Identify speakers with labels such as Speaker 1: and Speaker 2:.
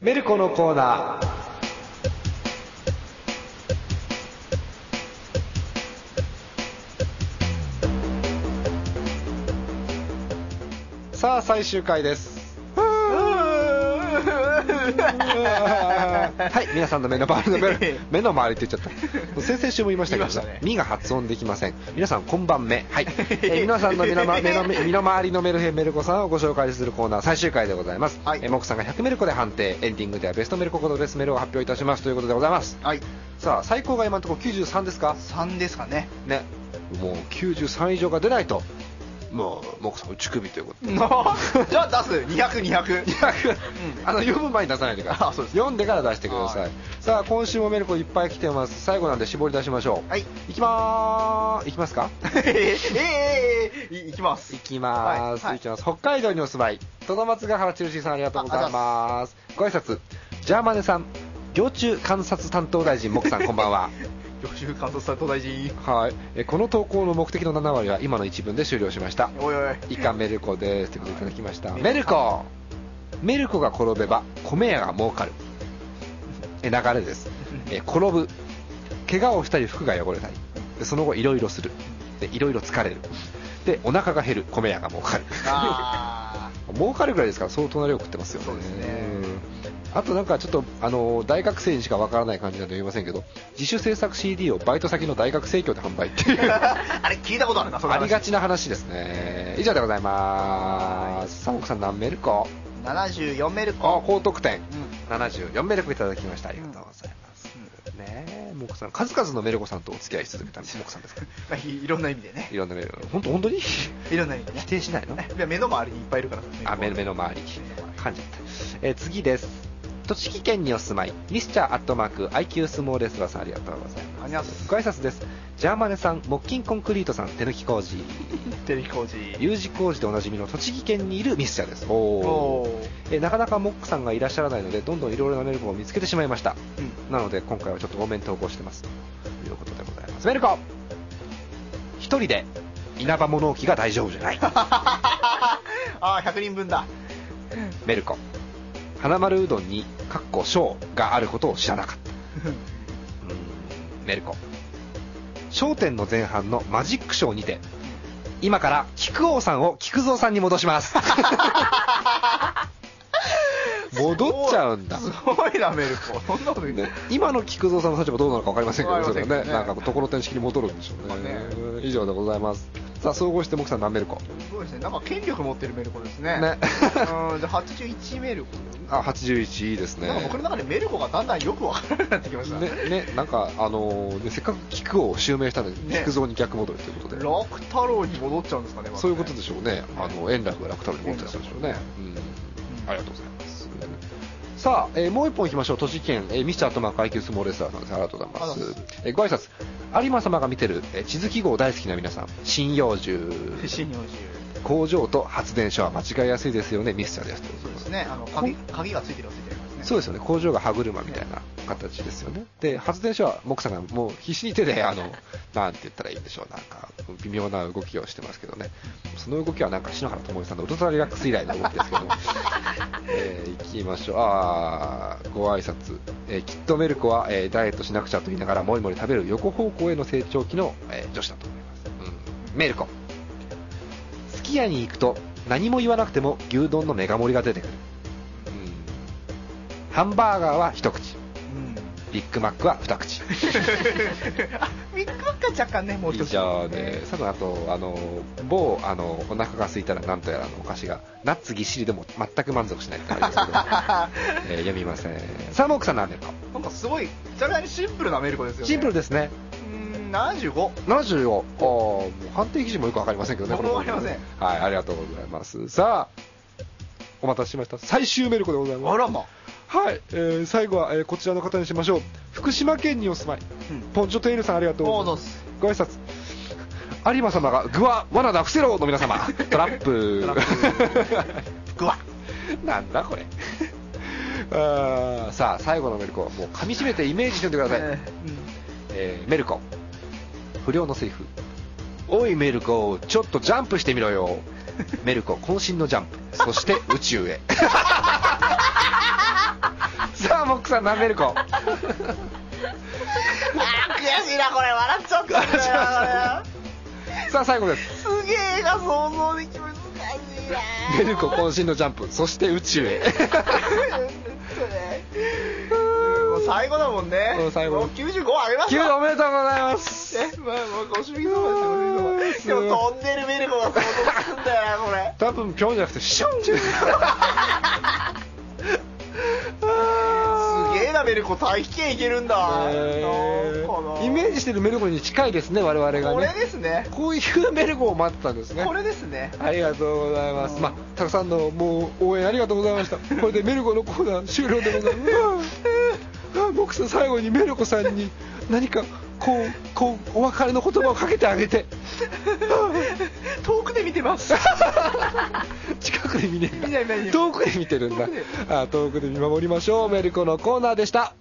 Speaker 1: メルコのコーナー。さあ最終回です。はい、皆さんの目の周りの 目目の周りって言っちゃった。先々週も言いましたけど
Speaker 2: 言いましたね
Speaker 1: み、が発音できません。皆さんこんばんめ。 はい。えー皆さんの目の,、ま、 目の目の周りのメルヘンメルコさんをご紹介するコーナー最終回でございます。
Speaker 2: はい
Speaker 1: えーモクさんが100メルコで判定、エンディングではベストメルコことベストメルを発表いたしますということでございます。
Speaker 2: はい
Speaker 1: さあ最高が今のところ93ですか？
Speaker 2: 3ですかね
Speaker 1: ね。もう93以上が出ないと、もうモクさん打ち首ということで。
Speaker 2: の じゃあ出す200200
Speaker 1: 200あの読む前に出さないでください
Speaker 2: あそうです
Speaker 1: 読んでから出してください、
Speaker 2: はい
Speaker 1: さあ今週もメルコいっぱい来てます最後なんで絞り出しましょう
Speaker 2: はい
Speaker 1: いきまーいきますか
Speaker 2: えー、えー、いいきます
Speaker 1: いきまーす、
Speaker 2: はい
Speaker 1: いきます北海道にお住まい戸田松ヶ原中心さんありがとうございますご挨拶ジャーマネさん常駐観察担当大臣モクさんこんばん は
Speaker 2: 予習監督さんと大臣
Speaker 1: はいえこの投稿の目的の7割は今の一文で終了しました
Speaker 2: おいおい
Speaker 1: 以下メルコですということでいただきましたメルコメルコが転べば米屋が儲かるえ流れですえ転ぶ怪我をしたり服が汚れたりでその後いろいろするでいろいろ疲れるでお腹が減る米屋が儲かる
Speaker 2: あ
Speaker 1: 儲かるぐらいですから相当な量食ってますよね
Speaker 2: そうですね
Speaker 1: うんあとなんかちょっとあの大学生にしかわからない感じなんで言いませんけど自主制作 CD をバイト先の大学生協で販売っていう
Speaker 2: ー あれ聞いたことあるなその
Speaker 1: あ
Speaker 2: 話
Speaker 1: りがちな話ですね。以上でございます。さあ、奥さん何メルコ
Speaker 2: 74メル
Speaker 1: あ
Speaker 2: コ、
Speaker 1: 高得点。
Speaker 2: う
Speaker 1: 74メルコいただきました。ありがとうございます。ねえ、もこさん、数々のメルコさんとお付き合いし続けたもこさんですか
Speaker 2: まあ、いいろんな意味でね
Speaker 1: いろんなメルコ。本当本当に否
Speaker 2: いろんな意味でね
Speaker 1: 定しないの
Speaker 2: いや目の周りにいっぱいいるから
Speaker 1: あ、目の目の周り。噛んじゃった。えー次です。栃木県にお住まい、ミスチャーアットマーク IQ 相撲レスラーさんありがとうございます。
Speaker 2: ありがとう
Speaker 1: ご挨拶です。ジャーマネさん、木金コンクリートさん、手抜き工事。
Speaker 2: テレビ工事
Speaker 1: U 字工事でおなじみの栃木県にいるミスチャーです。お
Speaker 2: お
Speaker 1: ー
Speaker 2: ー
Speaker 1: えなかなかモックさんがいらっしゃらないのでどんどんいろいろなメルコを見つけてしまいました なので今回はちょっとごめん投稿してますということでございますメルコ一人で稲葉物置が大丈夫じゃ ない
Speaker 2: ああ100人分だ
Speaker 1: メルコ花丸うどんにかっこ小があることを知らなかったうんメルコ商店の前半のマジックショーにて今から菊王さんを菊蔵さんに戻します 戻っちゃうんだ
Speaker 2: すごいなメルコそんなこと言う
Speaker 1: ね今の菊蔵さんの立場どうなのか分かりませんけど、
Speaker 2: わか
Speaker 1: そ
Speaker 2: りま
Speaker 1: れ
Speaker 2: せん
Speaker 1: はね、
Speaker 2: ね
Speaker 1: なんかところてん式に戻るんでしょう
Speaker 2: まあ
Speaker 1: ね
Speaker 2: ね。
Speaker 1: 以上でございます。さあ、総合して、もくさん何メルコ
Speaker 2: すごいですねなんか権力持ってるメルコですね
Speaker 1: ね
Speaker 2: うんじゃあ81メルコ
Speaker 1: あ、81いいですね。
Speaker 2: なんか僕の中でメルコがだんだんよくわからなくなってきましたね
Speaker 1: ね、ね、なんか、あのーねせっかく菊を襲名したのに、
Speaker 2: ね
Speaker 1: 菊蔵に逆戻りということで。
Speaker 2: 楽太郎に戻っちゃうんですかね,、またね
Speaker 1: そういうことでしょうね。あの、円楽が楽太郎に戻ってたんでしょうね。うん。あ
Speaker 2: ん
Speaker 1: りがとうございます。さあ、えーもう一本行きましょう。栃木県、えーミスチャーとマーク IQ 相撲レーサーさんです。ありがとうございま
Speaker 2: ありが
Speaker 1: す
Speaker 2: とう。
Speaker 1: えーご挨拶。有馬様が見てる、えー地図記号大好きな皆さん、針葉樹。
Speaker 2: 新日本
Speaker 1: 工場と発電所は間違いやすいですよね、ミスチャーです
Speaker 2: そうですねあの鍵鍵がついてるやついてるやつですね
Speaker 1: そうですよね、工場が歯車みたいな形ですよね。で、発電所は、木さんがもう必死に手で、あの、なんて言ったらいいんでしょう、なんか、微妙な動きをしてますけどね。その動きはなんか、篠原ともえさんのウルトラリラックス以来の動きです けど、えー、行きましょう。あーご挨拶。えーきっとメルコは、えーダイエットしなくちゃと言いながら、もりもり食べる横方向への成長期の、えー女子だと思います。うん。メルコ。すき家に行くと何も言わなくても牛丼のメガ盛りが出てくる、ハンバーガーは一口ビッグマックは二口
Speaker 2: うんあビッグマックは若干ねもう一
Speaker 1: 以
Speaker 2: つ
Speaker 1: 上で多分あとあの某あのお腹が空いたらなんとやらのお菓子がナッツぎっしりでも全く満足しないって感じですけど、 えー読みませんサーモークさんなんで
Speaker 2: なんかすごいじゃがいもシンプルなメルコですよね
Speaker 1: シンプルですね
Speaker 2: うん75
Speaker 1: 75あーもう判定基準もよくわかりませんけどね
Speaker 2: 僕もわかりません
Speaker 1: このはいありがとうございますさあお待たせしました最終メルコでございます
Speaker 2: あらま
Speaker 1: はい、えー最後は、えーこちらの方にしましょう福島県にお住まい、
Speaker 2: うん
Speaker 1: ポンチョテールさんありがとうご
Speaker 2: ボー
Speaker 1: ざい
Speaker 2: ド
Speaker 1: ま
Speaker 2: ス
Speaker 1: すご挨拶有馬様がグワ罠だ伏せろの皆様トラップ
Speaker 2: トラッグワ
Speaker 1: なんだこれあーさあ最後のメルコもう噛み締めてイメージしておいてください、
Speaker 2: え
Speaker 1: えーメルコ不良のセリフおいメルコちょっとジャンプしてみろ よ メルコ渾身のジャンプそして宇宙へモックさん、なめる子。
Speaker 2: あー悔しいなこれ笑っちゃったんだよなこ
Speaker 1: さあ、最後です。
Speaker 2: れすげえが想像でき難しい
Speaker 1: メ
Speaker 2: な
Speaker 1: ルコ渾身のジャンプ、そして宇宙 へ。
Speaker 2: もう最後だもんね
Speaker 1: もう最後
Speaker 2: もう95あげまし
Speaker 1: キュ
Speaker 2: た
Speaker 1: ーおめでとうございます。
Speaker 2: ねまあまあご主義様ですよご主義様でも飛んでるメルコが想像するんだよなこれ
Speaker 1: 多分ピョンじゃなくてション じゃ
Speaker 2: すげえなメルコ大気圏いけるんだ、なんかな
Speaker 1: イメージしてるメルゴに近いですね我々がね
Speaker 2: これですね
Speaker 1: こういうメルゴを待ってたんですね
Speaker 2: これですね
Speaker 1: ありがとうございます、
Speaker 2: うん
Speaker 1: まあ、たくさんのもう応援ありがとうございましたこれでメルゴのコーナー終了でございますうんうん僕さん最後にメルコさんに何かこうこうお別れの言葉をかけてあげて
Speaker 2: 遠くで見てます
Speaker 1: 近くで見ねえんだ
Speaker 2: 見ない見ない
Speaker 1: 遠くで見てるんだ
Speaker 2: 遠くで
Speaker 1: あ遠くで見守りましょうメルコのコーナーでした